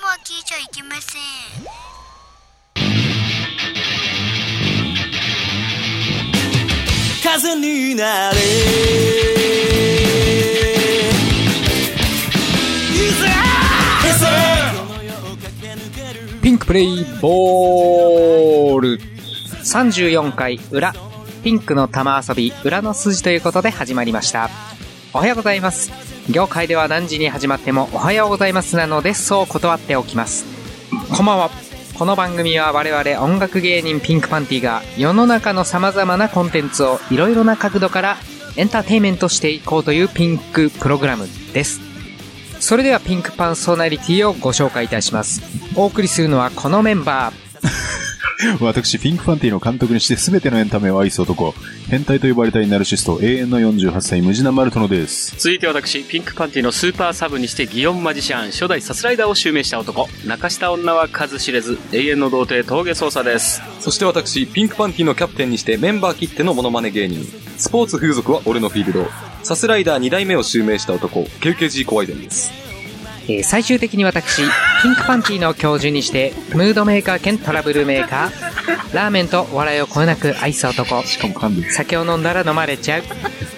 いけません風になれピンクプレイボール34回裏、ピンクの玉遊び、裏の筋ということで始まりました。おはようございます。業界では何時に始まってもおはようございますなので、そう断っておきます。こんばんは。この番組は我々音楽芸人ピンクパンティが世の中の様々なコンテンツをいろいろな角度からエンターテインメントしていこうというピンクプログラムです。それではピンクパンソナリティをご紹介いたします。お送りするのはこのメンバー。 私、ピンクファンティーの監督にして全てのエンタメを愛す男、変態と呼ばれたいナルシスト、永遠の48歳、ムジナ・マルトノです。続いて私、ピンクパンティのスーパーサブにして、祇園マジシャン、初代サスライダーを襲名した男、泣かした女は数知れず、永遠の童貞、峠捜査です。そして私、ピンクパンティのキャプテンにしてメンバー切ってのモノマネ芸人。スポーツ風俗は俺のフィールド。サスライダー2代目を襲名した男、KKG 怖い伝です。えー最終的に私、ピンクパンティの教授にして、ムードメーカー兼トラブルメーカー、ラーメンと笑いをこよなく愛す男、しかも噛んでる。酒を飲んだら飲まれちゃう、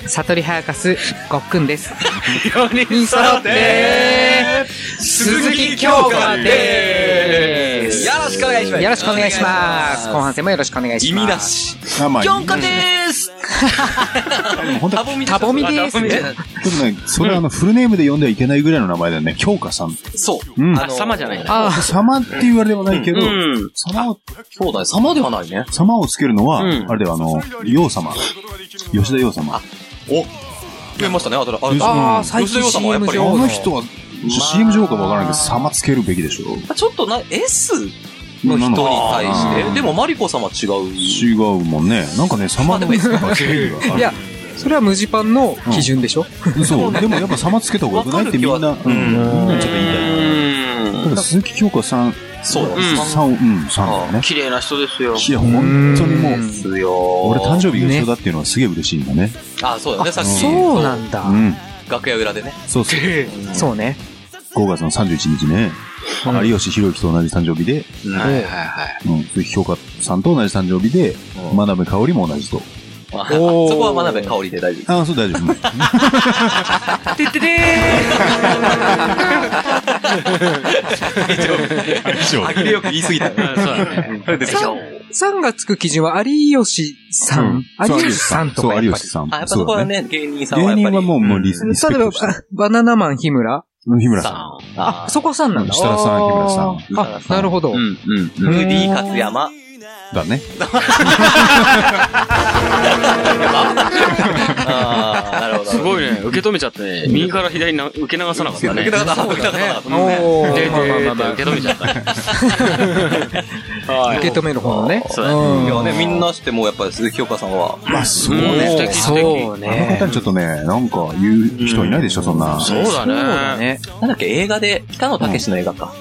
悟りハーカス、ごっくんです。4人揃って、鈴木京香です。よろしくお願いします。よろしくお願いします。後半戦もよろしくお願いし意ます。味な。し。あ、まあ、ョンカでいーすいでも本当に、タボミです。でもね、それあの、フルネームで呼んではいけないぐらいの名前だよね。京香さん。そう。うん。あ、様じゃないな。あ様って言われでもないけど、うん。様を、兄弟様ではないね。様をつけるのは、うんあれだよ、あの、洋様。吉田洋様。あお増えましたね、あたら。ああうー、ん最近吉田羊さんもやっ CM ぱり上のの人は、CM 上かもわからないけど、様つけるべきでしょ。ちょっとな、S の人に対しうて。んでも、マリコ様は違う。違うもんね。なんかね、様まあでのもいいですいや、それは無地パンの基準でしょ、そう。でもやっぱ様つけた方がよくないってみんな、わうんかる気はみんなちょっと言いたい。だから鈴木京香さん、そうだね。さん、うん、さんだよね。綺麗な人ですよ。いや、本当にもう、すよ俺誕生日が一緒だっていうのはすげえ嬉しいんだね。あ、そうだね、さっき。そうなんだう。ん。楽屋裏でね。そうそう。そうね。 5月の31日ね。有吉弘行と同じ誕生日で、はいはいはい。うん、鈴木京香さんと同じ誕生日で、真鍋かおりも同じと。そこは真鍋香りで大丈夫。ああ、そう大丈夫。あげれよく言い過ぎた。そうだね。さんがつく基準は有吉さん、有吉さんとか そう、や有っぱ吉り。さん。あ、やっぱそこはね、芸人さんは芸やっぱ人はり。もう、もうリスリスペ例クえばトしてる。、バナナマン日村日村さん。さん。あ、そこはさんなんだ。設楽さん日村さんあーあ、なるほど。うんうん。ムービー勝山。だね。ああ、なるほど。すごいね。受け止めちゃってね。右から左にな受け流さなかったね。受けたかった、受けたかった。おーで、で、まあまあまであまあ受け止めちゃった。はい。受け止める方のね。そうだねんいやね、みんなしてもやっぱり鈴木京香さんは。まあ、そううんね。素敵素そ敵。うあのね方。にちょっとね、なんか言う人いないでしょ、そんな。そうだそうだね。ね。なんだっけ、映画で、北野武の映画か。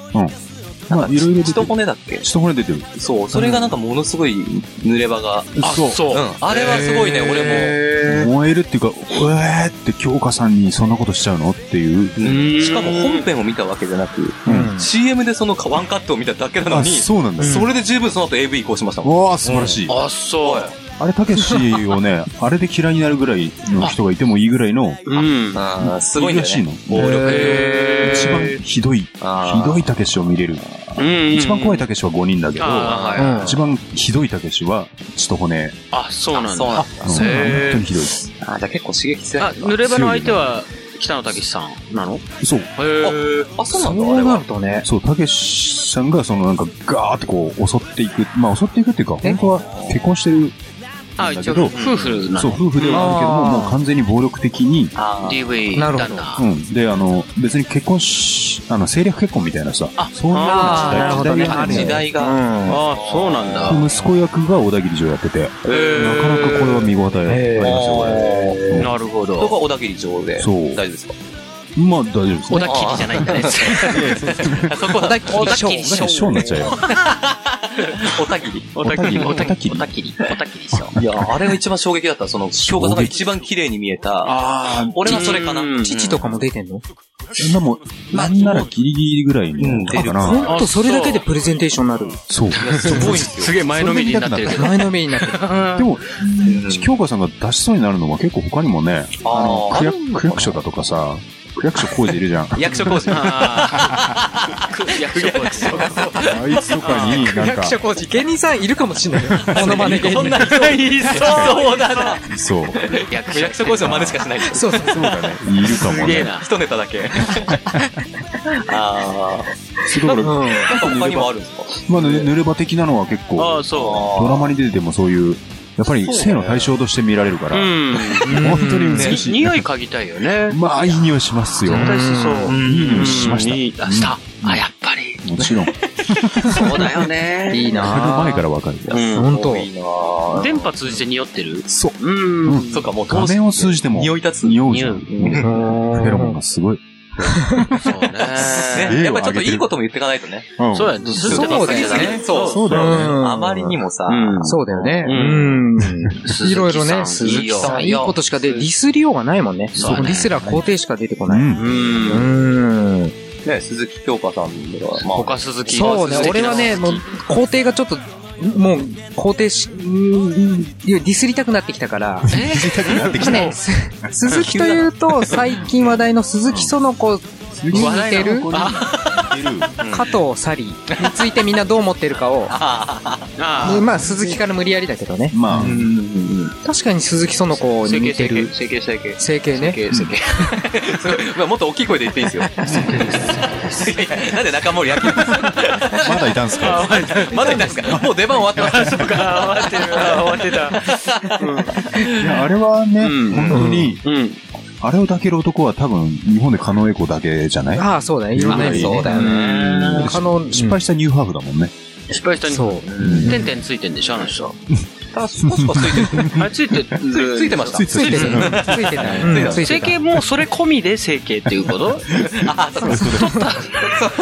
まあ、いろいろ出て一る。骨だっけ一骨出てる。そう、それがなんかものすごい濡れ場が。。。あ、そううんあれはすごいね、俺燃えるっていうか、うえーって京香さんにそんなことしちゃうのっていう。うんも。しかも本編を見たわけじゃなく、うん CM でそのワンカットを見ただけなのあ、に、そうなんだよ。それで十分その後 AV 移行しましたもん。わあ、素晴らしい。あ、そう。あれ、たけしをね、あれで嫌いになるぐらいの人がいてもいいぐらいの、うん。あーすごいんだらよしいね。の。暴力へ一番ひどい、ひあーどいたけしを見れる。うん一番怖いたけしは5人だけど、あーうはいん一番ひどいたけしは、ちと骨。あ、そうなんだ。そうなんだ。うん本へー当にひどいです。あー、じゃあ結構刺激強いあ、んだ。濡れ場の相手は、北野武さんなのへそう。え。あ、そうそなんだ、あれうはな。るとね。そう、たけしさんが、そのなんか、ガーってこう、襲っていく。まあ、襲っていくっていうか、え本当は結婚してる、あ、一応、夫婦なそう、の夫婦ではあるあけどーも、もう完全に暴力的に、あー ?DV なるほだどな。うん。で、あの、別に結婚し、あの、政略結婚みたいなさ、そういうようあなるほな時代時代ーどね時時代代が。あ、そうなんだ。で息子役が小田切城やってて、なへーかなかこれは見応えありますよ、こおーれ。なるほそど。こは小田切城で。そう大丈夫ですかうんまあ、大丈夫です小ね。田切じゃないんだね。あそこは小田切小田切小になっちゃうよ。小田切小田切、小田切、小田切、小田切しょ。いや、あれが一番衝撃だった。その、京香さんが一番綺麗に見えた。あ俺はそれかな。うん父とかも出てんのなんも、なんならギリギリぐらいうんに出かるな。ほんとそれだけでプレゼンテーションになる。そう。すごいんですよ。すげえ前のめりになってるけど。前のめりになってる。でも、京香さんが出しそうになるのは結構他にもね、あの、区役区役所だとかさ、区役所工事いるじゃん。役所工事。あー役所工事あいつとかに、なんか役、所工事、芸人さんいるかもしれ ない。モノマネ芸人。いそうだな。そう。役 役所工事の真似しかしない。そうそうそう。いるかすもげえね。な。一ネタだけ。 あすごいだから、あ。他にもあるんですかまあ、ぬぬれば的なのは結あ構あ、、そドラマに出ててもそういう、やっぱり性の対象として見られるかう。うら、ん。本当に美しい。匂い嗅ぎたいよね。まあ、いい匂いしますよ。絶対しそう。いい匂いしましたいいあ、した。あ、やっぱり。もちろん。来るそうだよね。 いいな前からわかる。うんほんといいなぁ電波通じて匂ってるそう。うんうんそっか、もう画面を通じても、匂い立つ。匂うじゃん。う匂んフェロモンがすごい。そうね。えね、やっぱちょっといいことも言っていかないとね。うんそうだよね。そうだよねそうそうだよね。うんあまりにもさ、うんそうだよね。ううん。鈴木さんいろいろね、いいよいいことしか出、ディスりようがないもんね。そうだねディスら肯定しか出てこうない。ん。うん。うん。ね、鈴木京香さんでは、まあ、他鈴木そうね、俺はね、もう、肯定がちょっと、もう、肯定し、うんいやディスりたくなってきたから。え知りたくなってきまあた。ね、す鈴木というと、最近話題の鈴木園子に似てる加藤サリーについてみんなどう思ってるかを、あまあ鈴木から無理やりだけどね。まあ、確かに鈴木園子にあ、整形似て整る形。整形整形。整形ね。整形整形。まあもっと大きい声で言っていいんですよ。いやいやなんで中森明菜まだいたんすかまだいたんですかもう出番終わってまあす。終わってる、あ終わってた。いや、あれはねうん、本当に、うん。あれを抱ける男は多分、日本で狩野英孝だけじゃないああ、そうだね。今まあね、いいねそうだよね。ね狩野うん失敗したニューハーフだもんね。失敗したに。そう。点々ついてんでしょ、あの人。確かついてる。あれついて、ついてました。ついてる。ついてた。うんつい整て形た。もうそれ込みで整形っていうことあ、そうそうそう。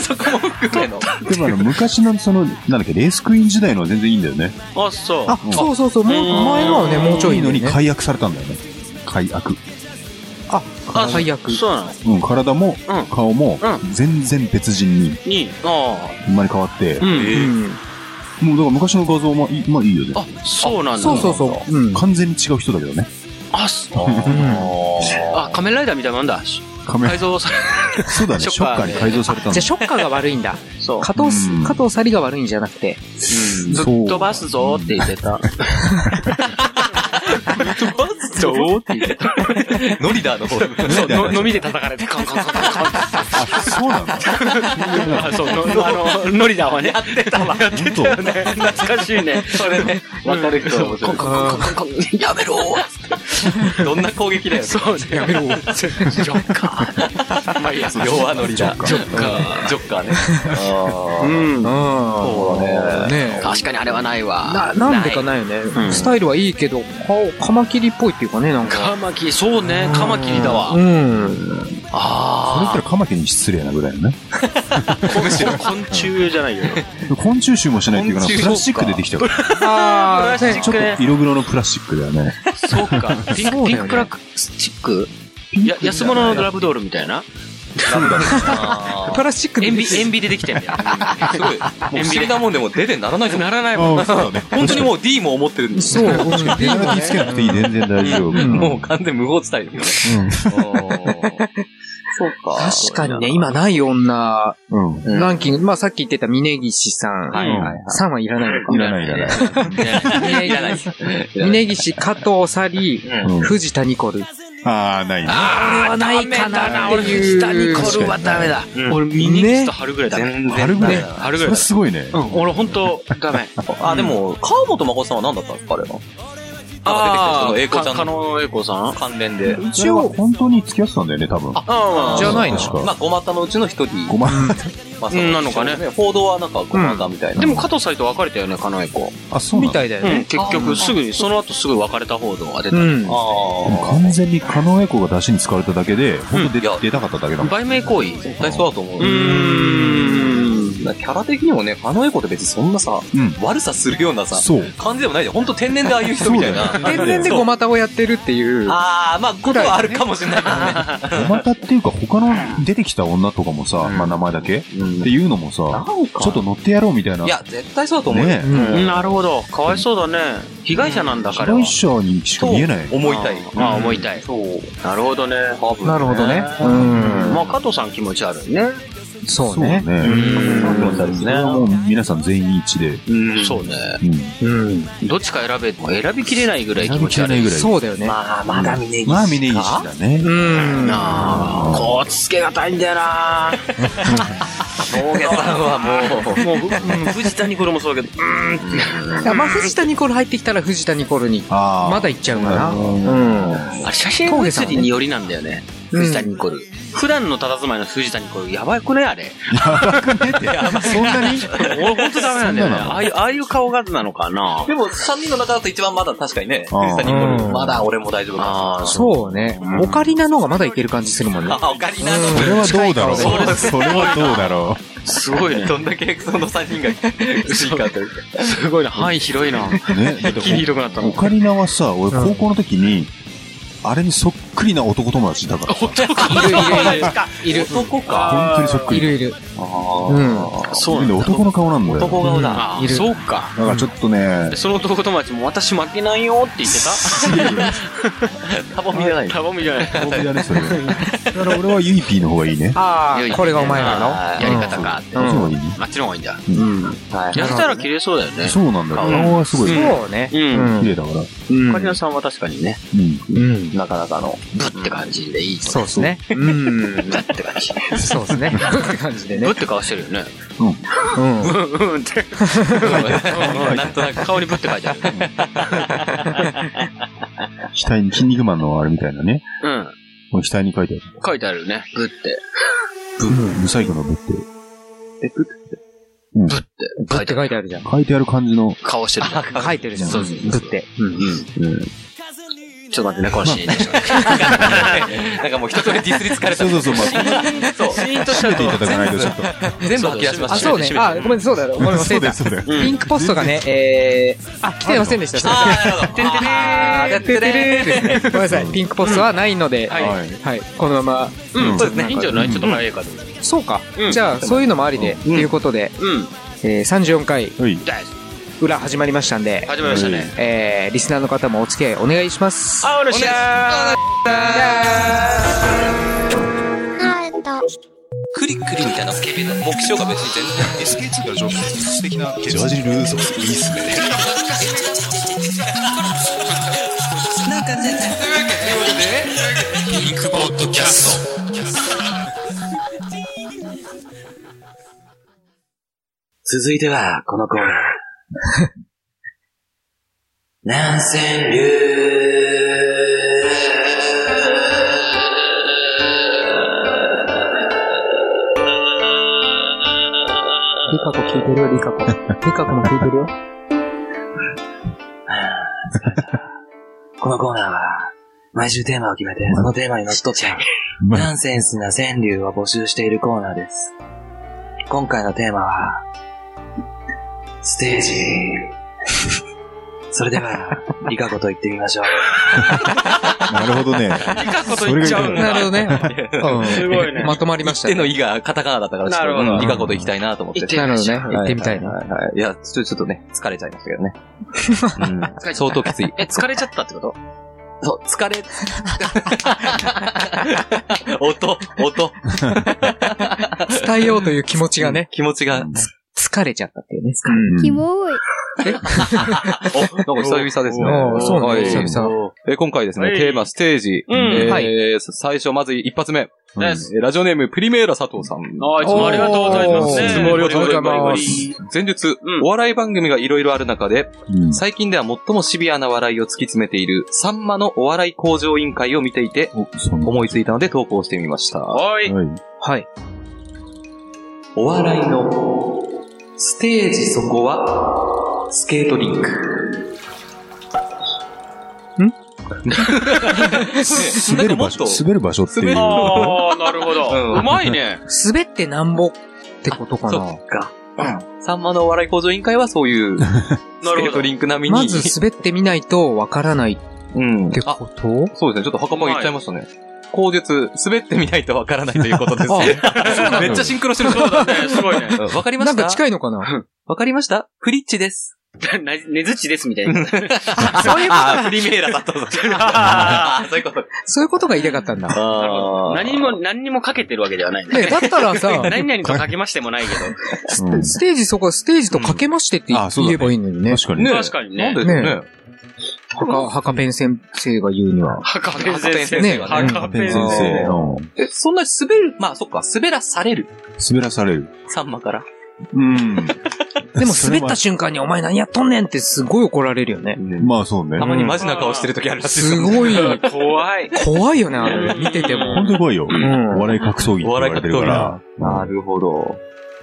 そこも含めの。でもあの、昔のその、なんだっけ、レースクイーン時代のは全然いいんだよね。あ、そう。あ、そうそうそう。もう、前のはね、もうちょいいいのにね。解約されたんだよね。解約。あ、あ最悪。そうなのうん、体もうん、顔もう、全然別人にに、あ生まれ変わってあ。う、。うんんもうだから昔の画像もいい、まあいいよね。あ、そうなんだ。そうそうそう。うん。完全に違う人だけどね。あ、そうう。んあ、仮面ライダーみたいなもんだ。カメラ改、造されそうだね、シショョッカーッカーに改造されたんじゃあ、だ。ショッカーが悪いんだ。そう。加藤うん、加藤サリが悪いんじゃなくて。ずっそうと飛ばすぞーって言って た。ちょって言って。ノリダーの方。そう、ののみで叩かれて、カンカンカンカンカンって。あ、そうなんだ。 あ、そう、のあの、ノリだわね。やってたわ。やってたよね。懐かしいね。それね。わかる人は面カ白ンカンカンカンカンやめろーい。どんな攻撃だよ。そうね。やめろ ジョッカー。まあいいや、弱ノリダー。ジョッカー。ジョッカーね。うあん。そうだね。ね確かにあれはないわ。な、なんでかないよね。スタイルはいいけど、顔、カマキリっぽいっていうかね、なんか。カマキリ、そうね、カマキリだわ。うん。それ言ったあらカマキリに失礼なぐらいのね。あ。むしろ昆虫じゃないよ。昆虫臭もしないっていうかな、昆虫プラスチック出てきたよ。 ああ、プラスチねッちょっと色黒のプラスチックだよね。そう か。ピンそうだよねク、ピンクラックチックや、安物のラブドールみたいな。あプラスチックで塩ビ、塩ビでできてんだよ。ーすごい。 もう不思議なもんでも出てならないと思うならないもん。ああ、そうだね。本当にもう D も思ってるんですそう、うん出ながら気つけなくていい、全然大丈夫。んもう完全無法地帯ですよね。そうか。確かにね、今ない女うん。うんランキング、まあさっき言ってた峯岸さん。はいはいはいさんはいらないのか。いらないいらない。いらない。峯岸、加藤サリー、うん藤田ニコル。ああ、ないね。あれはないかなっていう。ダメだな俺藤田ニコルはダメだ。うん俺、ミニキスと春ぐらいだ。全ある然ぐダらメいだ。。春ぐそらいれだ。すごいね。うん、俺本当ダメ。あ、でも、川本真子さんは何だったんですかあれは。ああ出てきたあ、その栄子ちゃ加納栄子さんんの関連で。一応本当に付き合ってたんだよね、多分。あじゃないの確かまあ、ごまたのうちの一人。ごま、まあうんなのかね。報道はなんかごまたみたいな。でも加藤さんと別れたよね、加納栄子。あ、そうなんみだ。たいだようん、ね。結局、すぐに、その後すぐ別れた報道が出うた。ん。あ完全に狩野英孝が出汁に使われただけで、本当うんいやで出たかっただけだもん。売名行為あ、絶対そうだと思う。うーん。なキャラ的にもね、あのエコって別にそんなさ、うん。悪さするようなさ、そう。感じでもないじゃん。ほんと天然でああいう人みたいな。天然でごまたをやってるっていう。あー、まあ、ことはあるかもしれないけどね。おまたっていうか他の出てきた女とかもさ、うんまあ名前だけ、うんっていうのもさ、なんかちょっと乗ってやろうみたいな。いや、絶対そうだと思うよ。ねうんなるほど。かわいそうだね。被害者なんだ、被彼は。害者にしか見えない。思いたい。あーあー思いたいそう。なるほどね。多分なるほどね。うまん。あ、加藤さん気持ちあるね。そうね。うんそうそうみたいですねこれはもう皆さん全員一致で。うん。そうね。うん。うん。どっちか選べ、選びきれないぐらい気持ち悪い。ぐそうだよね。まあ、まだ峰岸か。まあ、峰岸だね。うん。なあ、こうつけがたいんだよな。峠さんはもう、 もう、うん藤田ニコルもそうだけど、うんってまあ、藤田ニコル入ってきたら藤田ニコルに、ああ。まだ行っちゃうかな。あれ写真写りによりなんだよね。うん藤田ニコル。普段の佇まいの藤田ニコル、やばくねあ れ。そんなに俺ほんとダメなんだそよね。んなのああいう、ああいう顔がなのかなで。も、3人の中だと一番まだ確かにね、あー藤田ニコうル、んまだ俺も大丈夫あかあ、そうね。オカリナの方がまだいける感じするもんね。な。あ、オカリナそれの、はどうだろ近うい顔それはどうだろすごいね。どんだけその3人が薄いかというか。すごいな。範囲広いな。う。ね。だっ一て気に広くなったオの。カリナはさ、俺高校の時に、あれにそっくりな男友達だから。本いる、男か。当にそっくいる、り。いる。あーそうなんでだ。男の顔なんだよ。男顔だ。あいあ、るそうか。だからちょっとねで、その男友達も私負けないよって言ってたタボ見れない。タバミじゃない。本当だね、それは。だから俺はユイピーの方がいいね。ああ、これがお前らの。あーやり方かって。あっちの方がいいね。あっちの方がいいんだ。はいやったら綺麗そうだよね。そうなんだよ。顔はすごい綺そうね。うん。麗だから。うんカリナさんは確かにね、うん。うん。なかなかの。ブって感じでいい。そうですね。うん。ブって感じ。そうですね。って感じでブねっ。て顔してるよね。うん。うんうんって。なんとなく顔にブって書いてある。額に、筋肉マンのあれみたいなね。うん。この額に書いてある。書いてあるよね。ブって。ブ、ブサイクのブって。え、ぶうん。ぶって書いてあるじゃん。書いてある感じの。顔してる。書いてるじゃん。そうそうぶって。うん。ちょっと待ってね、このシーンでしょ。なんかもう一通りデ ィスり疲れたそう。そうそう、まあ、そう。締めていただかないとちょっと。全部吐き出しまあ、しそたそううね閉。めてあ、ごめん、そうだよ。ごめん、忘それうだよ、た。そうだよ。ピンクポストがね、えー、あ、来てませんでした。あー、なるほど。あーてれてれーですねごめんなさい。ピンクポストはないので、ははい。はい。このまま。うん、そうですねいいんじゃないちょっと早いかで。そうかう。んじゃあ、そういうのもありで、ということで、うん。えー34回はい。大丈裏始まりましたんで夫。、始まりましたね。えーリスナーの方もお付き合いお願いします。あ、おろしゃークリックリみたいな目標が別に全然 SK2 から上級素敵なジョージルーソいいっすね。続いては、このコーナー。南千流リカコ聞いてるよ、リカコ。リカコも聞いてるよ。このコーナーは、毎週テーマを決めて、そのテーマにのっとっちゃう、ナンセンスな川柳を募集しているコーナーです。今回のテーマは、ステ ージ。それでは、リカコと言ってみましょう。なるほどね。リカコと言っちゃうんなるほだ。ど ね。すごいねうん。まとまりました手のね。意がカタカナだったから、ちょっなるほとどうん、リカコと行きたいなと思って。なるほどね。行ってみたいな。はいはいはい。いや、ちょ、ちょっとね、疲れちゃいましたけどね。うん相当きつい。 え、疲れちゃったってことそう、疲れ。音、音。伝えようという気持ちがね、気持ちが、つ疲れちゃったっていうね。キモい。お、なんか久々ですね。おーそうなんだはい久々えー今回ですね、はいテーマステージ。うんえーは最初、まず一発目。うんですえーラジオネーム、プリメーラ佐藤さん。ああ、いつもありがとうございますね。。いつもありがとうございます前述、うんお笑い番組がいろいろある中で、うん最近では最もシビアな笑いを突き詰めている、さんまのお笑い向上委員会を見ていて、お、そんな。思いついたので投稿してみました。はい。はい。はい。お笑いのステージそこはスケートリンク。ん 滑る場所、滑る場所っていう。滑るああ、なるほど。うんうまいね。滑ってなんぼってことかな。か。さんまのお笑い向上委員会はそういう、スケルトリンク並みに。まず滑ってみないとわからないっうん。てあ、ことそうですね。ちょっと墓場言っちゃいましたね。口述、滑ってみないとわからないということです。あめっちゃシンクロしてるそうだ ね。すごいね。うんわかりまなしんかた近いのかなわかりましたフリッチです。な、ねずちですみたいな。そういうことフリメーラだったぞ。あーそういうことか。そういうことが言いたかったん だ。あ何にも、何にもかけてるわけではないね。ねだったらさ、何々とかけましてもないけど。うんステージそこはステージとかけましてって言うんあそうだ言ねえばいいのにね。確かに。ね確かにねなん。でね。はか、はかペン先生が言うには。博士先生。ね博ペン士先先生生。うんえ、そんな滑る、まあそっか、滑らされる。滑らされる。さんまから。うん。でもそ滑れっはた瞬間にお前何やっとんねんってすごい怒られるよね。まあそうね。たまにマジな顔してる時あるらしいですすごい、 怖い。怖いよね、あれ。見てても。本当に怖いよ。んお笑い格闘技って言われてるから。なるほど。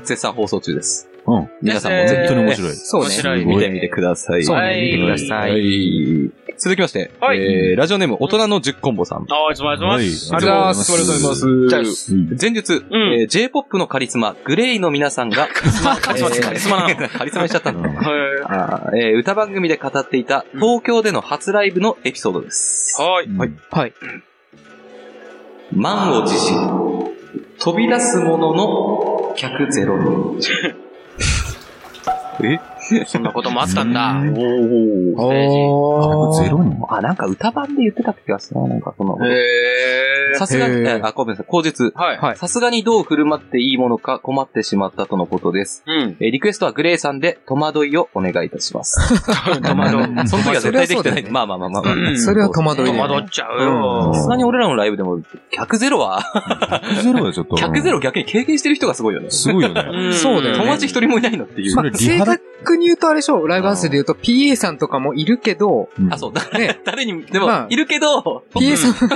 絶賛放送中です。うん。皆さんも絶本当対に面に面白い。白い。そう面ね。白い見ね。てみてください。そうはね、い見てください。い。続きまして、はいえー、ラジオネーム大人の10コンボさん。ああ、いつもありがとうございます。はりがとうございますありがとうございじゃあます。うん前日、んえー J-POP のカリスマ、グレイの皆さんが、カリスマ、カリスマ カリスマなの カリスマにしちゃったの。はいあーえー歌番組で語っていた、東京での初ライブのエピソードです。はい。うんはい。満を持し、飛び出すものの、客ゼロ人。そんなこともあったんだ。あゼー。ロ人あ、なんか歌番で言ってた気がするな、なんかその。へさすがに、へーえーあ、ごめんなさい、口述。はい。はい。さすがにどう振る舞っていいものか困ってしまったとのことです。うん。えーリクエストはグレイさんで戸惑いをお願いいたします。 戸惑う。その時は絶対できてないんで。ままあまあまあまあ。うんそれは戸惑いだよ戸ね惑っちゃうよ。さすがに俺らのライブでも、客ゼロは、客ゼロはちょっと。客ゼロ逆に経験してる人がすごいよね。すごい よね。んそうだよね友達一人もいないのっていう。それリ正ハだ。確に言うとあれでしょ、ライブハウスで言うと PA さんとかもいるけど、うんあ、そう。ね、誰に、でまあも、いるけど、 PA さ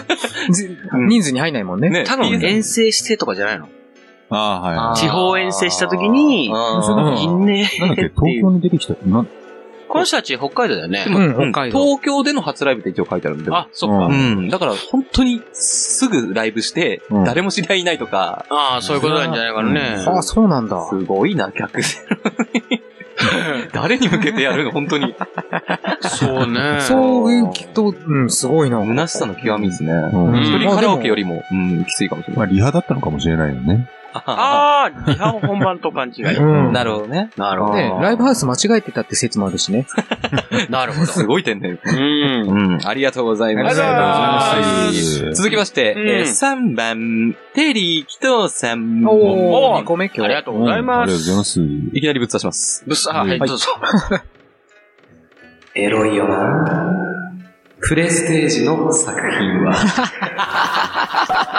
ん、ずうん人数に入んないもんね。ね、多分 PA 遠征してとかじゃないのあーはいはい。地方遠征した時にあーそれうんいんねなんだっけ、えって東いう。京に出てきた。な、この人たち北海道だよね。うん、うん北海道。東京での初ライブって一応書いてあるんで。あ、そっか。うん。だから、本当に、すぐライブして、うん誰も知り合いいないとか、ああ、そういうことなんじゃないかなね。ああ、そうなんだ。すごいな、客ゼロに。誰に向けてやるの、本当に。そうね。そういうきっと、うん、すごいな。虚しさの極みですね。うんん一人カラオケよりも、うん、きついかもしれまなあ、い。リハだったのかもしれないよね。あああ、リハの本番と勘違い。うん。なるほどね。なるほね、ライブハウス間違えてたって説もあるしね。ど。 なるほど。すごい点ね。うん。うん、 ありがとうございまあす。りがとうございまはい続きまして、うんえー3番、テリー・キトーさん。おー2個目今あり日。がとうございうんあま。りがとうございますす。いきなりぶっ刺します。ブス、あ、はい、どうぞ。エロいよな。プレステージの作品は。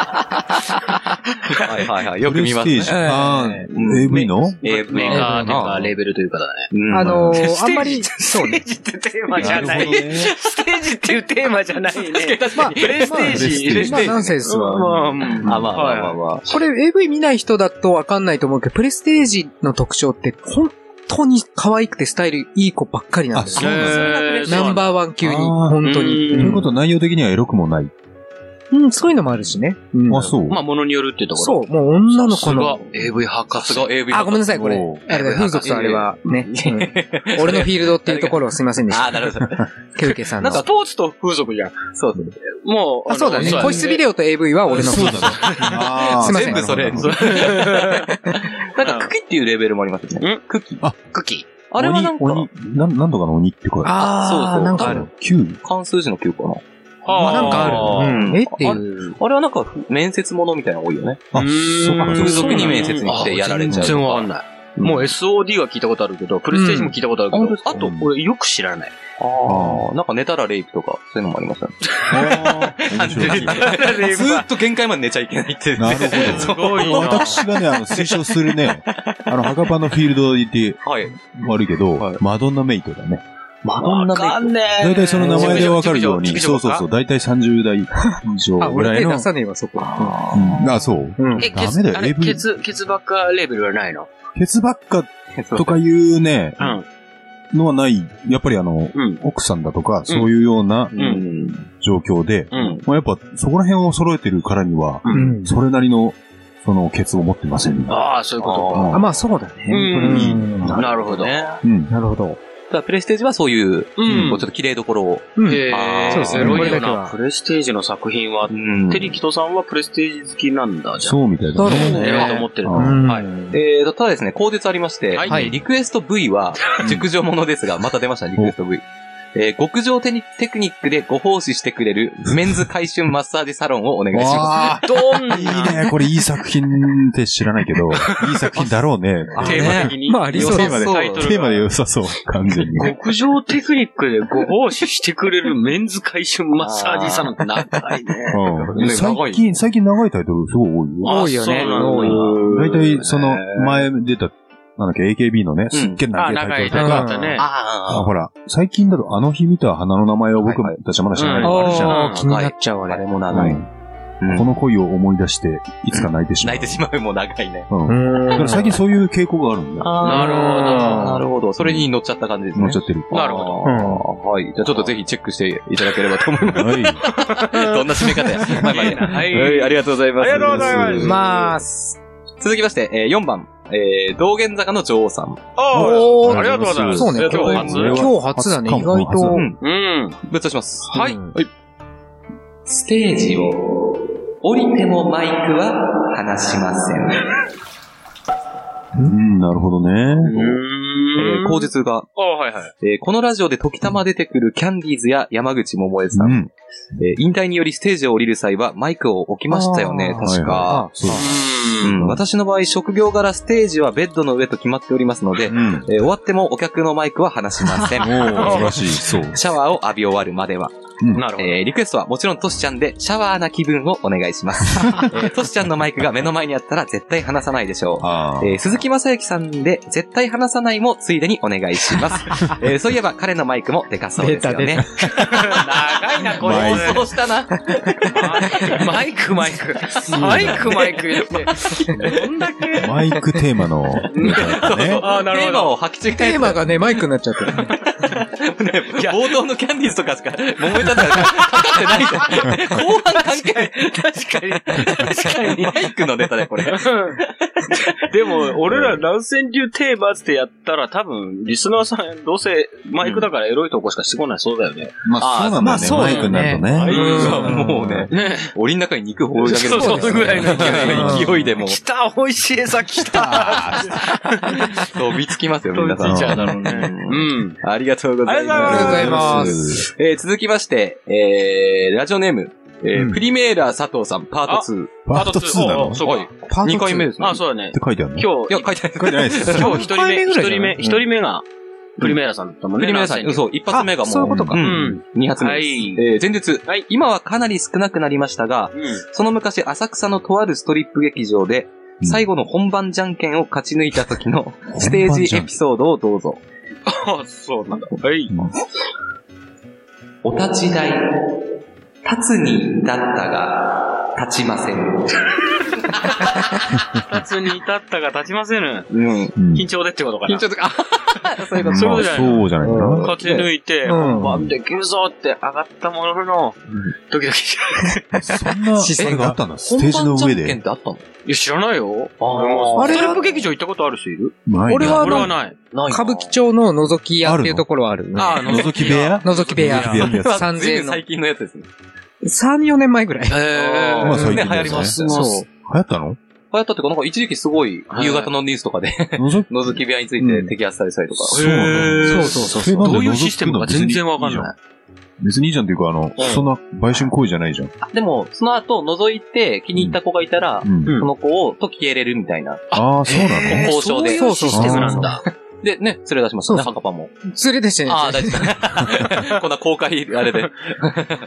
はいはいはい。よく見ますプねレ。ステージ。ああ、うん AV のえメーカーというか、レーーベルというかだね。うんあのステーー、ジあんまり、そうね。テージってテーマじなゃるほなどい。ね。ステージっていうテーマじゃないね。まあ、プレステージ。プレステージまあ、ナンセンスは。まあ、まあ、まあまあまあまあ。これ AV 見ない人だとわかんないと思うけど、プレステージの特徴って、本当に可愛くてスタイルいい子ばっかりなんですあそうよ。ナンー。バーワン級に、あー本当に。とうんいうことは内容的にはエロくもない。うん、そういうのもあるしね。うんあ、そう。まあ、ものによるっていうとこそろ。う、もう女の子の。すごい AV 博士すごい AV あ、ごめんなさい、これおう。 あれだ、風俗とあれはね。うん俺のフィールドっていうところはすいませんでしあた。ー、なるほど。 ケウケさんなのんか、。スポーツと風俗じゃん。そうそう。もう、あ、そうだね。個室ビデデオと AV は俺のそうだね。あーすいません全部それ。なるほそどう なんか、クキっていうレベルもありますよね。クキ。オ。クッキあれはなんか、鬼、鬼なんなんとかの鬼って声。あそうそー、うなんかある。。 9? 関数字の9かな。ー。はあなんかある。うん。えっていあう。あれはなんか、面接ものみたいなの多いよね。あ、そうか。風俗に面面接接に来てやられちゃう。全然わかんない。もう SOD は聞いたことあるけど、プレステージも聞いたことあるけうんど、あと、俺よく知らない。ああ、なんか寝たらレイプとか、そういうのもありましたね。あー面白い。 ずーっと限界まで寝ちゃいけないって。なるほど。すごいな。私がね、あの、推奨するね、あの、墓場のフィールドでいてはい。悪いけど、はいマドンナメイトだね。マドンナメイねえ大体その名前でわかるように、熟そ女うそう熟女そう、大体30代以あ、上ぐら俺い手の。出さねえわ、そこ。うんあ、そう。うん。え、ケダメだツ、よあれ、 AV ケツ、ケツばっかレーベルはないのケツばっかト。とかいうね、うん。のはない、やっぱりあの、うん。奥さんだとか、そういうようなうん。状況で、うん。まあやっぱそこら辺を揃えてるからには、うん。それなりのそのケツを持ってませんね。ああ、そういうこああ、まあそうだね。うんうんとか。なるほど。ね。うん。なるほど。ただプレステージはそういう、こうんうちょっと綺麗どころを。うん。へあえ、ーそうですねエロこれいよだけな。はプレステージの作品は、うんテリキトさんはプレステージ好きなんだ、じゃあ。そうみたいだそうね。だねエロいと思ってるうの。んはい。えーと、ただですね、口述ありまして、はいえーリクエスト V は、熟女ものですが、また出ました、リクエスト V。えー極上テニテクニックでご奉仕してくれる、メンズ回春マッサージサロンをお願いします。わどんーいいね。これいい作品って知らないけど、いい作品だろうね。テーマ的に。まあありそうだテーマで、そうテーマで良さそう。完全 に。極上テクニックでご奉仕してくれるメンズ回収マッサージサロンって長いね。うんね長最い近、最近長いタイトルすごい多いよ。多いよねあそうなんだ多い大体、その、前出た、なんだっけ、AKB のね、うんすっげえ長あ、い長タイいトルだと長か。ったね。あ、あほら、最近だと、あの日見た花の名前を僕たちはまだ知らないのあるじゃん。ああ、気になっちゃう、ああ、あれれ。もう長い。んうんこの恋を思い出して、いつか泣いてしまう。泣いてしまうも長いね。うん。だから最近そういう傾向があるんだよ。なるほなるほど。それに乗っちゃった感じですね。乗っちゃってる。なるほどあーはい。じゃあちょっとぜひチェックしていただければと思います。はい。 どんな締め方や。まあまあいいやはいはい。ありがとうございます。ありがとうございますままあ、すあ続きまして、えー4番。えー道玄坂の女王さん。おーありがとうございますそうね、今日今初日今日初だね、意外初かとも。うん。ぶっ通します。はいうんステージを降りてもマイクは離しませうん。ん、なるほどね。えー、口述が、あ、はいはい。えーこのラジオで時たま出てくるキャンディーズや山口桃江さ、うんん。えー引退によりステージを降りる際はマイクを置きましたよね、あー確か。そうう、うん私の場合、職業柄ステージはベッドの上と決まっておりますので、うん。えー終わってもお客のマイクは離しませ ん。おー、素晴らしい。そう。シャワーを浴び終わるまでは。ん。なるほど。えーリクエストはもちろんトシちゃんで、シャワーな気分をお願いします。えートシちゃんのマイクが目の前にあったら絶対離さないでしょう。あえー鈴木正幸さんで、絶対離さないもついでにお願いします。えーそういえば彼のマイクもでかそうですよ出ね。長いな、これ。マイそうしたな。マイク、マイク。マイク、マイク言って。どんだけあ。マイクテーマのネタだね。 あーなるテほーマど。を履き違えテーてマがね、マイクになっちゃってるね。冒頭のキャンディーズとかしか、桃江さんとかかかってないじゃん。後半関係ない。確かに。確かに。 マイクのネタだよ、これ。でも、俺ら乱戦流テーマってやったら多分、リスナーさん、どうせマイクだからエロいとこしかしてこないそうだよね。まあ、そうなんだよね。まあマイクになるとマイね。クがもうね、ね檻の中に肉放り上げるそうそうぐらいの勢い勢いでもう来た、美味しい餌来 た。飛びつきますよ、皆さん。飛びついちゃうだろうねうん。ありがとうございありがとうございまます。す。えー続きまして、えーラジオネーム、えーうんプリメーラー佐藤さん、パート2。パート2なおのうっそうか。パ2回目ですね。あ、そうだねて。書いてあるの今いや、日、書いてない。書いてないです。今日一人三目、回目ぐ一らいじゃ人な目い、一人目が、プリメイラさんだったもんプね。リメーラーさ乱ん、戦そう、一発目がもう。そういうことかう流うんん。二発目はです。い。えー前述、はい今はかなり少なくなりましたが、うんその昔、浅草のとあるストリップ劇場で、うん最後の本番じゃんけんを勝ち抜いた 時のステージエピソードをどうぞ。あ、そうなんだ。はい。お立ち台、立つにだったが、立ちません。二つに至ったが立ちませぬ。うん。うん緊張でってことかな。とか、あそういうまあ、こと。そうじゃないのそうじゃないかな。勝ち抜いて、うん本番できるぞって上がったものの、ドキドキ しそんな、あれがあったんだ。ステージの上本番じで。ゃんけんってあったのいや、知らないよ。ああれストリップ劇場行ったことある人いるないな俺はあの俺はない。ない歌舞伎町の覗き屋っていうところはある。あの覗き部屋覗き部屋。覗き部屋ってやは3000随円分の。最近のやつですね。 3、4年前ぐらい。えまあ最近ね、で流行りましすたねね。そう。流行ったの流行ったっていうか、なんか一時期すごい、夕方のニュースとかで、覗き、覗き部屋について摘発されたりとか。そうなんだ。へーそうそうそうそうなんだどういうシステムか全然わかん覗くのない。別にいいじゃんっていうか、あの、そんな、売春行為じゃないじゃん。あでも、その後、覗いて、気に入った子がいたら、うん。その子を、と消えれるみたいな。ああ、そうなのえ交渉でそうそうシステムなんだ。で、ね、連れ出しましたね、そう赤パンも。連れてしてねああ、大丈夫。こんな公開、あれ で。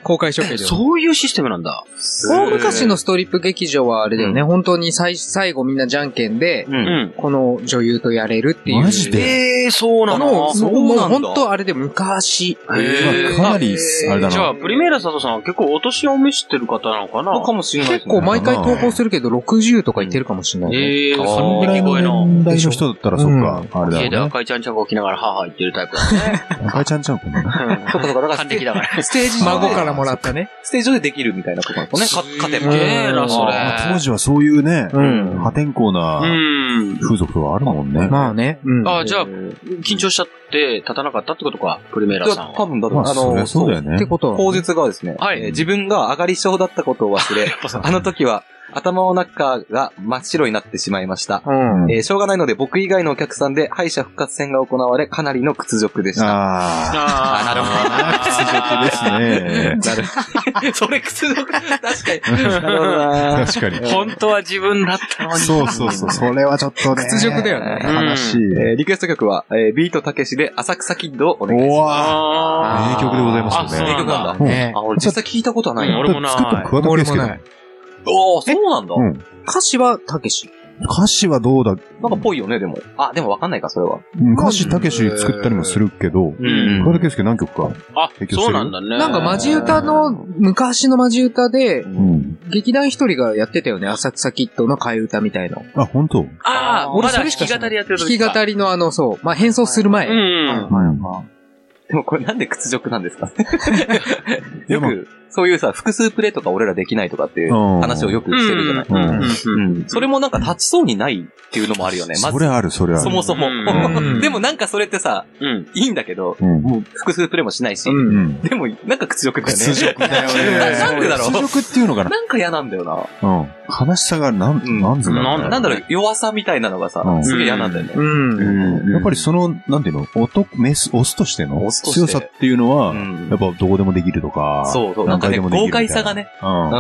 公開処刑で。 そういうシステムなんだ。大昔のストリップ劇場はあれだよね、本当に最最後みんなじゃんけんで、う。うんん。この女優とやれるっていう。マジでええ、そうなのの、そうもうなんだ本当あれで昔。へーまあかなり、あれだじゃな。あ、プリメイラ佐藤さんは結構お年を召してる方なのかかなもしれないで結すね。構毎回投稿するけど、60とか言ってるかもしれないね。ええ、あーそそののぐらい聞のこえの。年代の人だったら、そっか、あれだいや、ろだう中井ちゃんちゃんが起きながら、はぁはぁ言ってるタイプ だね。赤井ちゃんちゃんこんなの。そっかそっか、だから完璧だから。ステージ上孫でからもらったね。ステージ上でできるみたいなことなんですね。か勝てば。すげえな、そまあ当れ。時はそういうね、ん破天荒う。なん風俗はあるもんね。まあね。うん。あ、じゃあ、緊張しちゃって立たなかったってことか、プリメーいラやさんは。多分だろまう、あ、そりゃそうだよってね。ことはね口述がですね、はいえー自分が上がり症だったことを忘れ、あの時は頭の中が真っ白になってしまいました。うん。えーしょうがないので僕以外のお客さんで敗者復活戦が行われ、かなりの屈辱でした。ああーなる あ、です ね。なるそれ屈辱、確かに。なるほどな確かに。本当は自分だったのに。そうそうそう、それはちょっとね。屈辱だよね悲しい。えーリクエスト曲は、えービートたけしで浅草キッドをお願いしおまわあ名曲でございますよねあ、そうなす。名曲んなんだ。だ。ねあ、俺実際聞いたことはないうんな。俺もない作ったの桑田佳祐だ俺ももなんい。おー、そうなんだ。うん歌詞はたけし。歌詞はどうだなんかぽいよね、でも。あ、でもわかんないか、それは。うん歌詞たけし作ったりもするけど、うん桑田佳祐何曲か。あ、そうなんだね。なんかマジ歌の、昔のマジ歌で、うん。劇団一人がやってたよね。浅草キッドの替え歌みたいの。あ、本当ああ、俺まだそ弾れしかき知ら語ないりやってる弾き時か語りのあの、そう。まあ、変装する前。うん。でもこれなんで屈辱なんですかいやよまあく、そういうさ、複数プレイとか俺らできないとかっていううん話をよくしてるじゃない。うんうんうんそれもなんか立ちそうにないっていうのもあるよね。まそれず、ある、それあそもる。そもう。ん でもなんかそれってさ、うん。いいんだけど、うんもう複数プレイもしないし、うんうん。でもなんか屈辱だよね。屈辱だよね。なんでだろ屈う辱っていうのかななんか嫌なんだよな。うん。悲しさが、なん、うんなんつうなんなんだろう、弱さみたいなのがさう、んすげえ嫌なんだよね。うん。やっぱりその、なんていうの、男、メス、オスとしてのオスとして強さっていうのは、うんやっぱどこでもできるとか、そうそう。な何んか回でね、もできる豪みたい快なさがね。うんう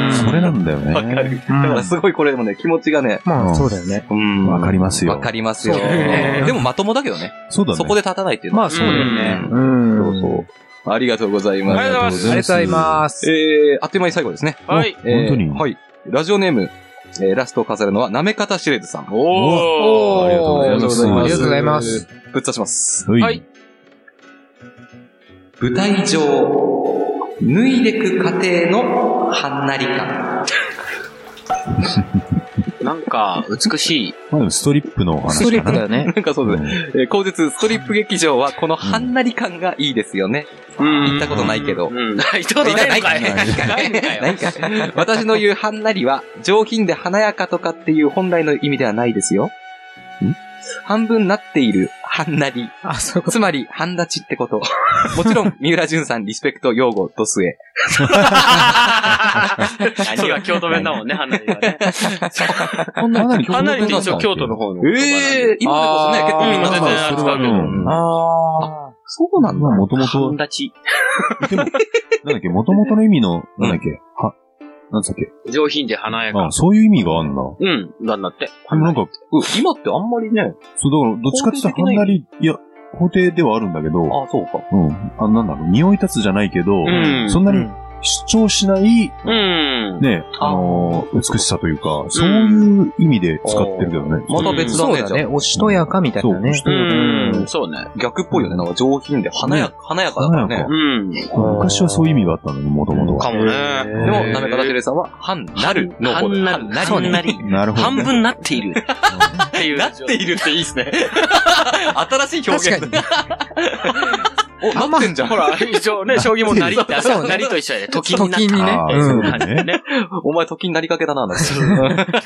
んうんそれなんだよわかねる。。だからすごいこれでもね、気持ちがね、まうあ、んそうだよね。うんわかりますよわかりますよ。そうねでもまともだけどね。そうだね。そこで、で立たないっていうのまは。あ、そうだよね。ううん。そうそう。ありがとうございます。ありがとうございますありがとうございます。えー、あっという間に最後ですね。はい。えー本当にはい。ラジオネーム、えーラストを飾るのは、なめかたしれずさん。おありがとうございますありがとうございます。ぶっ刺します。はい。はい舞台上、脱いでく過程のはんなり感。なんか、美しい。まあでもストリップのお話かな。ストリップだよね。なんかそうですうね。んえー、後日、ストリップ劇場は、このはんなり感がいいですよね。行行ったことないけどうん。行ったことないのかいないのかよなんか、私の言うはんなりは、上品で華やかとかっていう本来の意味ではないですよ。ん半分なっている、はんなり。あ、そういうこつまり、半立ちってこと。 もちろん、三浦淳さん、リスペクト、擁護、ドスエ。そうだ、京都弁だもんね、花火はね。かなり花火って一応京都の方の。ええ今でこそね、結構みんな全全然。然扱うけど。うんと。ああ。そうなんだ。もともと、立ち。でも、なんだっけ、もともとの意味の、なんだっけ、は、なんつったっけ、上品で華やかあ、。そういう意味があんな。うん、なんだって。でもなんか、うん今ってあんまりね、そう、だから、どっちかって言ったら、はんなり、いや、皇帝ではあるんだけど、あ、そうか。うん。あ、なんだろう、匂い立つじゃないけど、うんそんなに主張しない、うん。ね、あのー美しさというか、そういう意味で使ってるけどね。また別だそうね、だじゃあね。おしとやかみたいなね。そううん、そうね。逆っぽいよね、なんか上品で華やか、華やかだからね。うん。昔はそういう意味があったんだね、もともとかは。もね。でも、なめかたしれさんは、はんなるの方で。半なる半なりなるほど、半ね。分なっている。っていう。なっているっていいですね。新しい表現。確か お、なってんじゃん。ほら、一応ね、将棋もなりってあそうる、ねなりと一緒やで、に。時になっ時にね。あーうそんうだね。お前時になりかけだな、なんか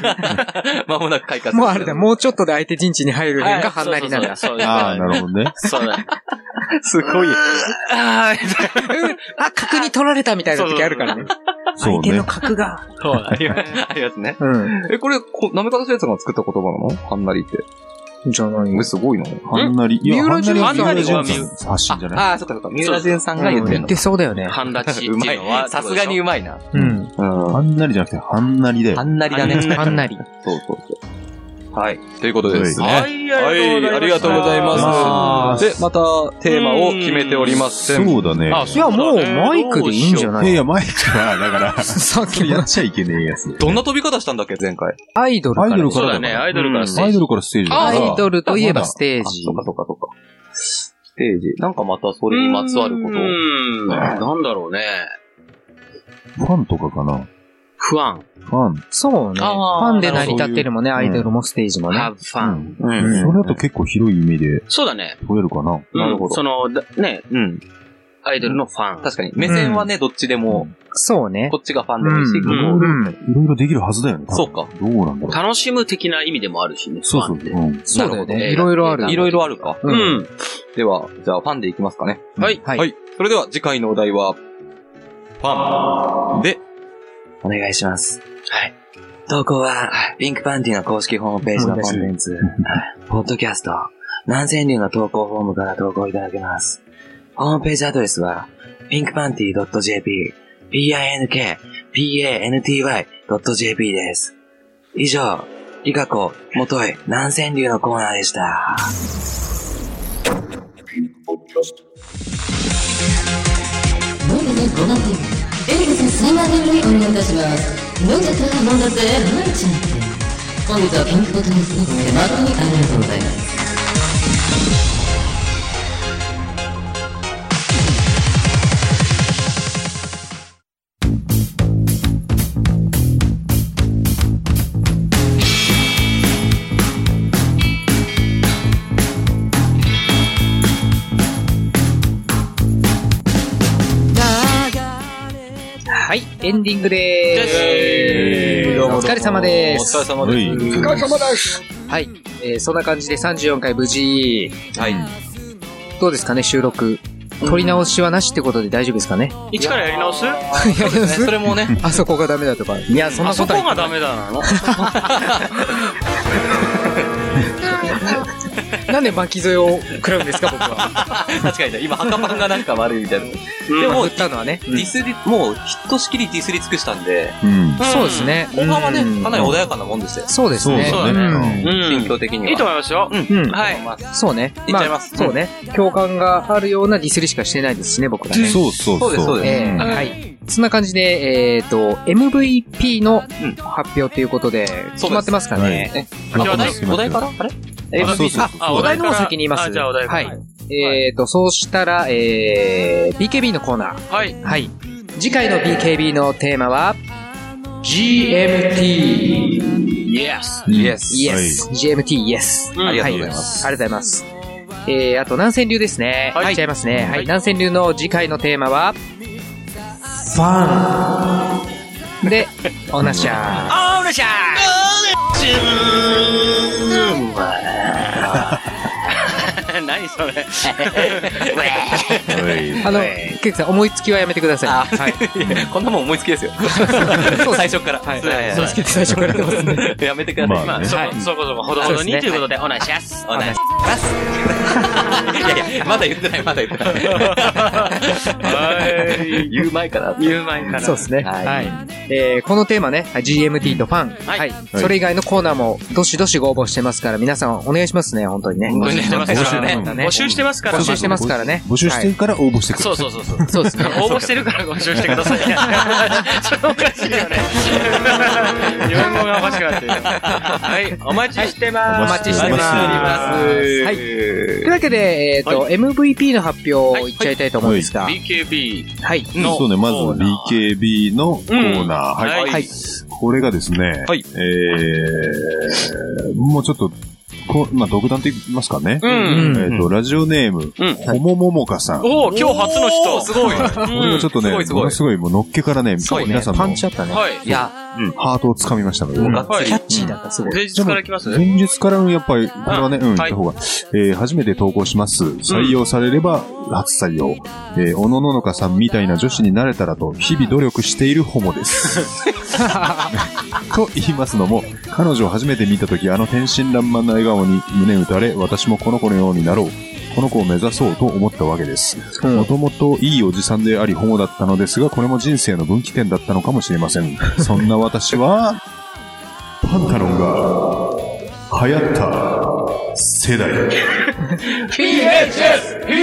まもなく開花する。もうあれだ、もうちょっとで相手陣地に入るた。辺がはんなりなんだ。そうだああ、なるほどね。そうだ。すごい。ああ、うんあ、角に取られたみたいな時あるからね。そうね。角が。そうだ。 ありますね。うん。え、これ、こなめかたしれさんが作った言葉なのはんなりって。じゃないこれすごいのはんなり。いや、三は浦淳んなりさんは三浦淳さん発信じゃないああ、そっかそっか。三浦淳さんが言ってん言っの。てそうだよね。半立ちうってま。。いうのはいさすがにうまいな。うん。うん。はんなりじゃなくて、はんなりだはよ。んなりだね。うんはんなり。そうそうそう。はい。ということですね。は、はいい。ありがとうございます。で、またテーマを決めておりません。そうだね。あいや、もうマイクでいいんじゃないいやいや、マイクは、だから、さっそきれやのっちゃいけねえやつ。 どんな飛び方したんだっけ、前回。アイドルかアイらドルかそうらだだかね、ら。アイドルからステアーイジド。ルからステージだから。アイドルといえばステーあ、ジそ。っかそっかそっか。ステージ。なんかまたそれにまつわることうん。なんだろうね。ファンとかかな。不安。ファン。そうね。フあーァンで成り立ってるもんね、アイドルもステージもね。 have fun。ううんん。それだと結構広い意味でそうだね。取れるかな。うんなるほどその、だね、うん。アイドルのファン。確かに。目線はね、どっちでも、そうね。こっちがファンうでんもいいし、んこうんいろいろできるはずだよね。多分そうか。どうなんだろう。楽しむ的な意味でもあるしね。そうそう。ファンってうん。そうだよなるほどね。いろいろある。いろいろあるか。うんうん。では、じゃあファンでいきますかね。はい。はいはい。それでは次回のお題は、ファンで、お願いします。はい。投稿は、ピンクパンティの公式ホームページのコンテンツ、はいポッドキャスト、南千流の投稿フォームから投稿いただけます。ホームページアドレスは、pinkpanty.jp、p-i-n-k-p-a-n-t-y.jp です。以上、リカコ、もとい、南千流のコーナーでした。飲んでねごまんてエリカさん3万円でお願いいたします飲んじゃった飲んだぜはいちゃん本日はピンクボトルスイーツ誠にありがとうございますはい、エンディングでーす。お疲れ様でおす。疲れ様です。はいはい、えーそんな感じで34回無事。はい。どうですかね、収録。撮り直しはなしってことで大丈夫ですかね。一からやり直すそうですね。それもね、 あそこがダメだとか。いや、そんあなそこことは。がダメだなのなんで巻き添えを食らうんですか、僕は。 確かにね、今、墓パンがなんか悪いみたいな。ででも、も振ったのはね。ディスり、もう、ひとしきりディスり尽くしたんで、うん。そうですね。後半はねうん、かなり穏やかなもんですよ。そうですね。そうだねう心ん。境的には。いいと思いますよ。うん。うんはい。そうね。いっちゃいますあそうね。共感があるようなディスりしかしてないですしね、僕らね。そうそうそうですそうですえーんはい。そんな感じで、えっ、と、MVP の発表ということで、決まってますかね。ねまあお題決まってますあれえあそうそうそうあ、お題の方先に言います。あじゃあお題からはい。えっ、と、そうしたら、えー、BKB のコーナー。はい。 はい。次回の BKB のテーマは、GMT。 Yes。うん Yes イエス。GMT、イエス。うんありがとうございますはありがとうございます。えー、あと、南千流ですね。はいい。っちゃいますね。ははいい。南千流の次回のテーマは、ファン。で、オーナシャー。何それ。はいあの、ケイクさん、思いつきはやめてください。 はい。 こんなもん思いつきですよ。最初から。はい。はい思いつきって最初からやってますね。やめてください。まあまねあ、そはいこそこそこ、ほどほどにそうですねということで、お願いします。お願いします。いやいや、まだ言ってない、まだ言ってない。言う前から。言う前から。そうですね。はいはい。えーこのテーマね、はい GMT とファン。はいはい。それ以外のコーナーも、どしどしご応募してますから、皆さんお願いしますね、本当にね。募集してますからね。募募集集してますから。募集してますからね。募集してから応募してくそだうさい。そう そうそう。そうですね。応募してるからご集してください。それおかしいよね。自分もがおかしくなってる。はい、お待ちしてまお待ちしてます。ますはい。というわけで、えっと、MVP の発表いっちゃいたいと思うんですが。す。BKB はい。の。そうね、まずコーナー BKB のコーナー。うんはい。ははい。これがですね、はいえー、もうちょっと、こまあ、独断と言いますかね。うん。えっと、ラジオネーム、うんほもももかさん。こおお、今日初の人。すごい。れがちょっとね、すごいすごものすごいい、もうのっけからね、そうね皆さんのパンハチあったね。はい。いや、ートを掴みましたので、うんがっつりキャッチーだった、すごい。前日から来ます前日からのやっぱり、これはね、うんうん、言はっいた方が、えー初めて投稿します。採用されれば、初採用。えー、おのののかさんみたいな女子になれたらと、日々努力しているホモ です。と言いますのも、彼女を初めて見た時、あの天真爛漫な笑顔に胸打たれ、私もこの子のようになろう。この子を目指そうと思ったわけです。もともといいおじさんでありホモだったのですが、これも人生の分岐点だったのかもしれません。そんな私は、 パンタロンが流行った世代。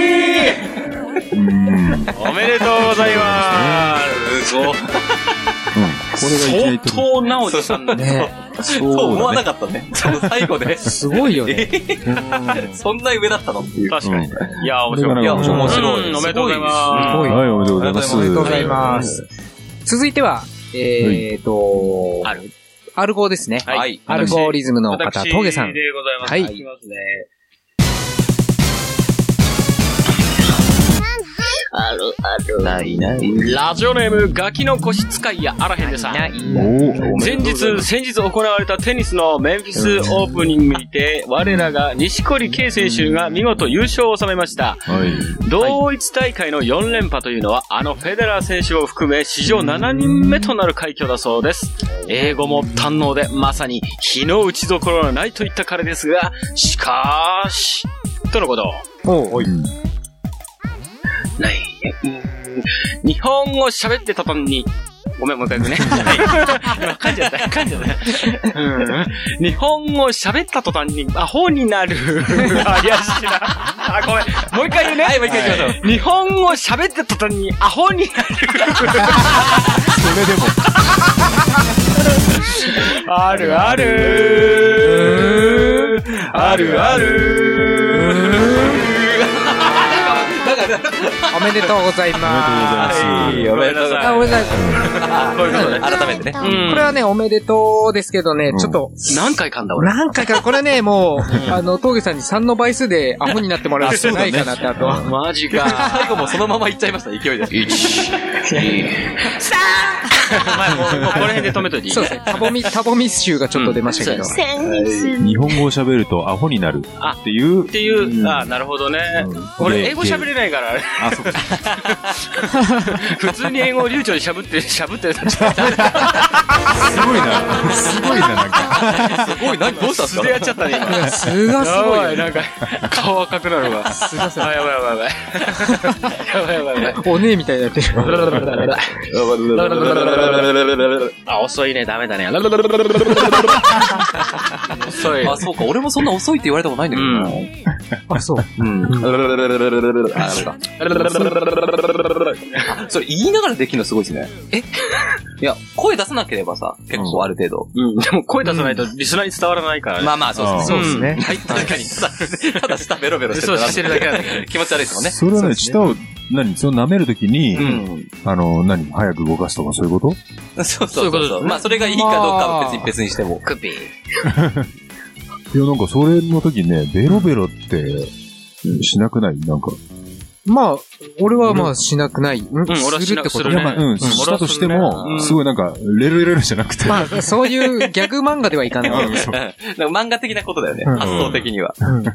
PHS! うん。こおめでとうございます。れがい相きなり当なおじさんだね。ねそう思わなかったね。最後で。すごいよね。そんな上だったのっていう。確かに。いや、こ面白れい。がね面白い。。うんおめでとうございますはい、おめでとうございます。ありがとうございます。続いては、えーと、ある。アルゴですね。はいアルゴリズムの方、私峠さん。でございます。はいきますね。ないない。ラジオネーム、ガキの腰使いやあらへんでさん。ないおなー前日、先日行われたテニスのメンフィスオープニングにて、我らが西堀圭選手が見事優勝を収めました。はい。同一大会の4連覇というのは、あのフェデラー選手を含め史上7人目となる快挙だそうです。英語も堪能で、まさに日の打ちどころがないといった彼ですが、しかーし、とのこと。うんない。日本語喋ってたとに、ごめん、もう一回言うね。今噛んじゃった、噛んじゃった。うん日本語喋った途端に、アホになる。怪しいな。あ、ごめん。もう一回言うね。はい、もう一回言う。日本語喋った途端に、アホになる。それでも。あるある。あるある。おめでとうございます。はい、おめでとうございあ、ごめんなさい。 ます。改めてね。うんこれはね、おめでとうですけどね、ちょっと、何回噛んだ俺。何回か、これね、もう、あの、峠さんに3の倍数でアホになってもらうしかないかなって、あとは。マジか。最後もうそのまま行っちゃいました、勢いで。前もう、もうこの辺で止めといていいそうですね。タボミ、タボミ集がちょっと出ましたけど。日本語を喋るとアホになるって いうっ。ていう、ああ、なるほどねうん。俺、で英語喋れないから、あれあ、そうか。普通に英語を流暢に喋って、喋ってた。すごいな。すごいな、なんか。すごい、何、どうしたんです素かでやっちゃったね、今。すがすやごいばよい、ね。なんか、顔赤くなるわ。すいません。あ、やばいやばいやばい。やばいやばいやばい。おねえみたいになってる。あ、遅いね、ダメだね。遅い。あ、そうか、俺もそんな遅いって言われたことないんだけどな。あ、そう。あ、なんか。 それ言いながらできるのすごいですね。えいや、声出さなければさ、結構ある程度。うんでも声出さないとリスナーに伝わらないからね。まあ まあ、そううですね。んそうですねはい、確かに。ただ下ベロベロしてそうしてるだけなんだけど。 気持ち悪いですもんね。それはね、舌を、何その舐めるときに、うん。あの、何早く動かすとかそういうことそうそうそいううことそだう。ねまあ、それがいいかどうかは別に別にしても。クピー。いや、なんかそれの時ね、ベロベロって、しなくないなんか。まあ、俺はまあ、しなくない。うん、俺はすしるなってこすとるいや、まあ、ねうん、したとしてうも、んすごいなんか、レルレルじゃなくて。まあ、そういうギャグ漫画ではいかない。うんなんか漫画的なことだよね。うん発想的には。うんうん。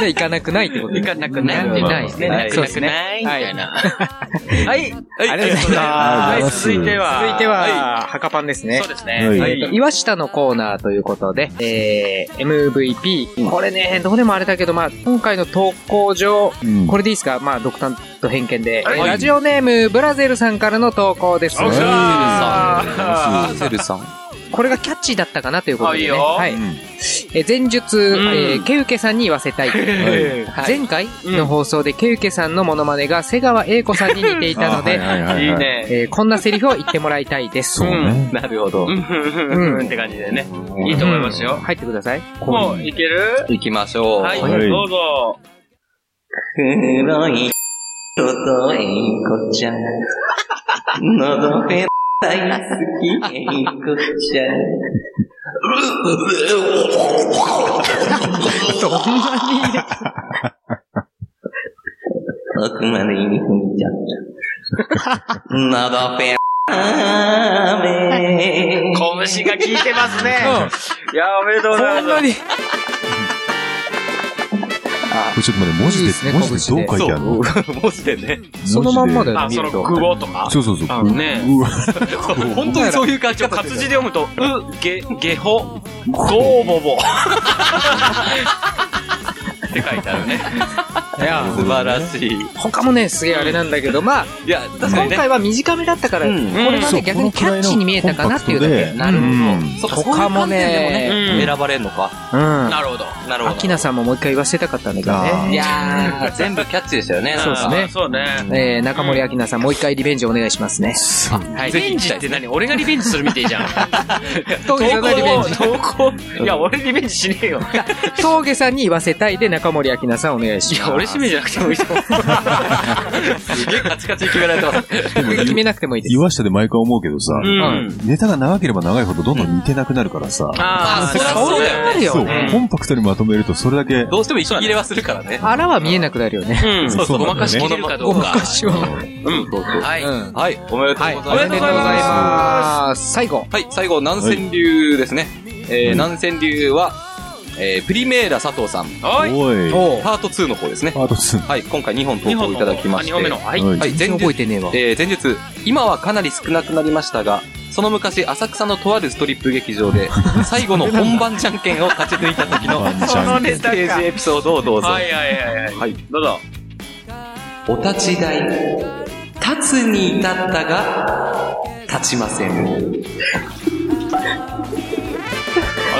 で、行かなくないってこと行かなくない行かないですね。はいそうですね。ないみたいな。はい。はあい、りがとうございあはりがとうございい、ます続いては。続いては、ハカパンですねそう。ですね。はいえーと岩下のコーナーということで、えー、MVP。これね、どれもあれだけど、まあ、今回の投稿上、うんこれでいいですかまあ、独断と偏見で。はいえーラジオネーム、ブラゼルさんからの投稿です。おっしゃあーーセルさん。これがキャッチーだったかなということで、ね。あいいよはい。うんえー前述、んえーケウケさんに言わせたい。いはい前回の放送でケウケさんのモノマネが瀬川栄子さんに似ていたので、いいい。はね。えーこんなセリフを言ってもらいたいです。そうね。なるほどう。ん、うん、うんって感じでね。いいと思いますよ。入ってください。もう、いける行きましょう。はい、はいどうぞ。黒い、外へ行こちゃん。喉へ大好きへ行こちゃん。どんなに奥まで指踏みちゃった。喉ペン、雨。拳が効いてますね。いや、おめでとうござこいんまなす。に。これちょっと待って、文字いいでですね、文字でどう書いてあるのそう、文字でね。そのまんまだよねあ、その、久保とか。そうそうそう。あのねうわ本当にそういう感じだったん活だよ字で読むと、う、げ、げほ、ごぼぼ。って書いてあるね。いや、素晴らしい。他もね、すげえあれなんだけど、まあ、いや、確か今にね。回は短めだったから、こうんれがそね、う逆にキャッチーに見えたかなっていうだけ。このくなるほうんそうか他もねそういう観点でもうん選ばれるのか。ど。うん。なるほど。なるほど。秋菜さんももう一回言わせたかったんだけどあーね。いやー、全部キャッチでしたよね。そうですねあそうね。えー、中森明菜さん、もう一回リベンジお願いしますね。リベンジって何俺がリベンジするみてえ じゃん。峠さんがリベンジ。投稿投稿いや、俺リベンジしねえよ。峠さんに言わせたいで、中森明菜さんお願いしいます。や、俺指名じゃなくてもいいと思う。すげえカチカチに決められてます。決めなくてもいいです。岩下で毎回思うけどさ、うん。ネタが長ければ長いほどどんどん似てなくなるからさ、ああ、そりゃ顔そうにだよなね。るよそうね。、コンパクトにまとめるとそれだけ、どうしても息切れはするからね。あらは見えなくなるよね。うん。そうそうごまかしきれるかどうか。昔は。うん。はい。うん。はい、おめでとうございます。おめでとうございます。最後。はい、最後、南千流ですね。えー南千流は、えープリメーラ佐藤さん、はい。おい、おうパート2の方ですね。パート2。はい、今回2本投二稿本いただきまし2て。本目の。ははいい。はい、前全然覚え日、てねえわ。えー前日、今はかなり少なくなりましたが、その昔、浅草のとあるストリップ劇場で、最後の本番じゃんけんを勝ち抜いた時の、ワンちゃんネステージエピソードをどうぞ。はいはいはいはい。どうぞ。お立ち台、立つに至ったが、立ちません。あおめでとうございます。おめでとうござい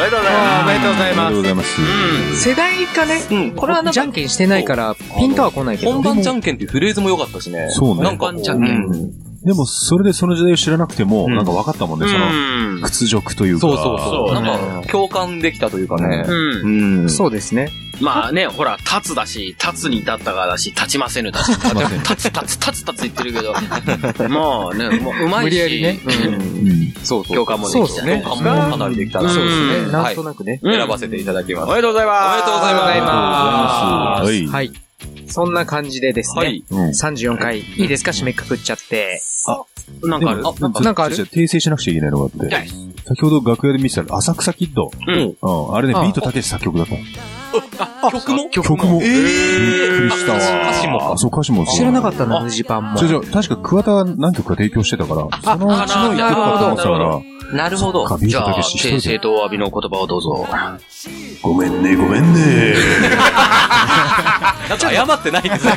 りがとうございます。世代かね、うん、これはなんじゃか、んけんしてないから、ピンとは来ないけど。本番じゃんけんっていうフレーズも良かったしね。そうねなんかこう、本番じゃんけんうでも、それでその時代を知らなくても、んなんか分かったもんね、その、うん。うん。屈辱というか。そうそうそそう。うねなんか、共感できたというかね。うん。んそうですね。まあね、ほら、立つだし、立つに至ったがだし、立ちませぬだし、立ませんつ、立つ、立つ、立つ言ってるけど、まあね、もううま無いし、理やりねうん。そうそう。共感もできちゃう。ね共感もかなりできたなうんそうですね。なはんいと。なくね。うん選ばせていただきまおす。めでとうございます。おめでとうございまありがとうおめでとうごすございます。は。はいい。そんな感じでですはね。い。うん。 34回、いいですか締めくくっちゃって。なんかあでるもなんかなんかあるちょっと訂正しなくちゃいけないのがあって。はい先ほど楽屋で見てた浅草キッド。うんうん。あれね、ああビートたけし作曲だったの。曲も曲も。えびっくりしたわ。歌詞もあ、そう、歌詞もそう。知らなかっったな、フジパンもそ。うそう。確か桑田が何曲か提供してたから、そのうちの一曲だと思ってたなるから、なるほどそっかビーじトゃたあ、けし一人で訂正とお詫びの言葉をどう ぞ。ごめんね、ごめんね。なんか謝ってないですね。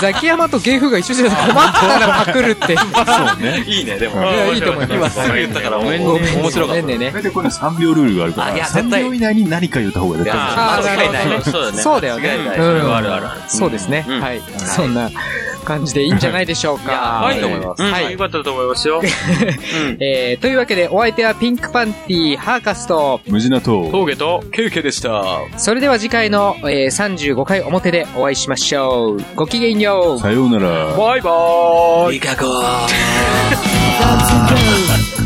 ザキヤマと芸風が一緒じゃない困ったらパクるって。そうね。 いいね、でも。いやいいと思います今すぐ言ったから、もうごめんね面白かっごめんね。大体これ3秒ルールがあるかあいら、や絶3対秒以内に何か言った方が絶対いいあー間違いないそうだね。そうだよね間違いない。うんそれはあるあるある。そうですね。うんはい。そんな感じでいいんじゃないでしょうか。た。いいと思います。うん、はいよかったと思いますよ。うん。えー、というわけで、お相手はピンクパンティー、ハーカスと、無事なと、峠と、ケウケでした。それでは次回の、えー、35回表でお会いしましょう。ごきげんよう。さようなら。バイバーイいかこう。 Got to go.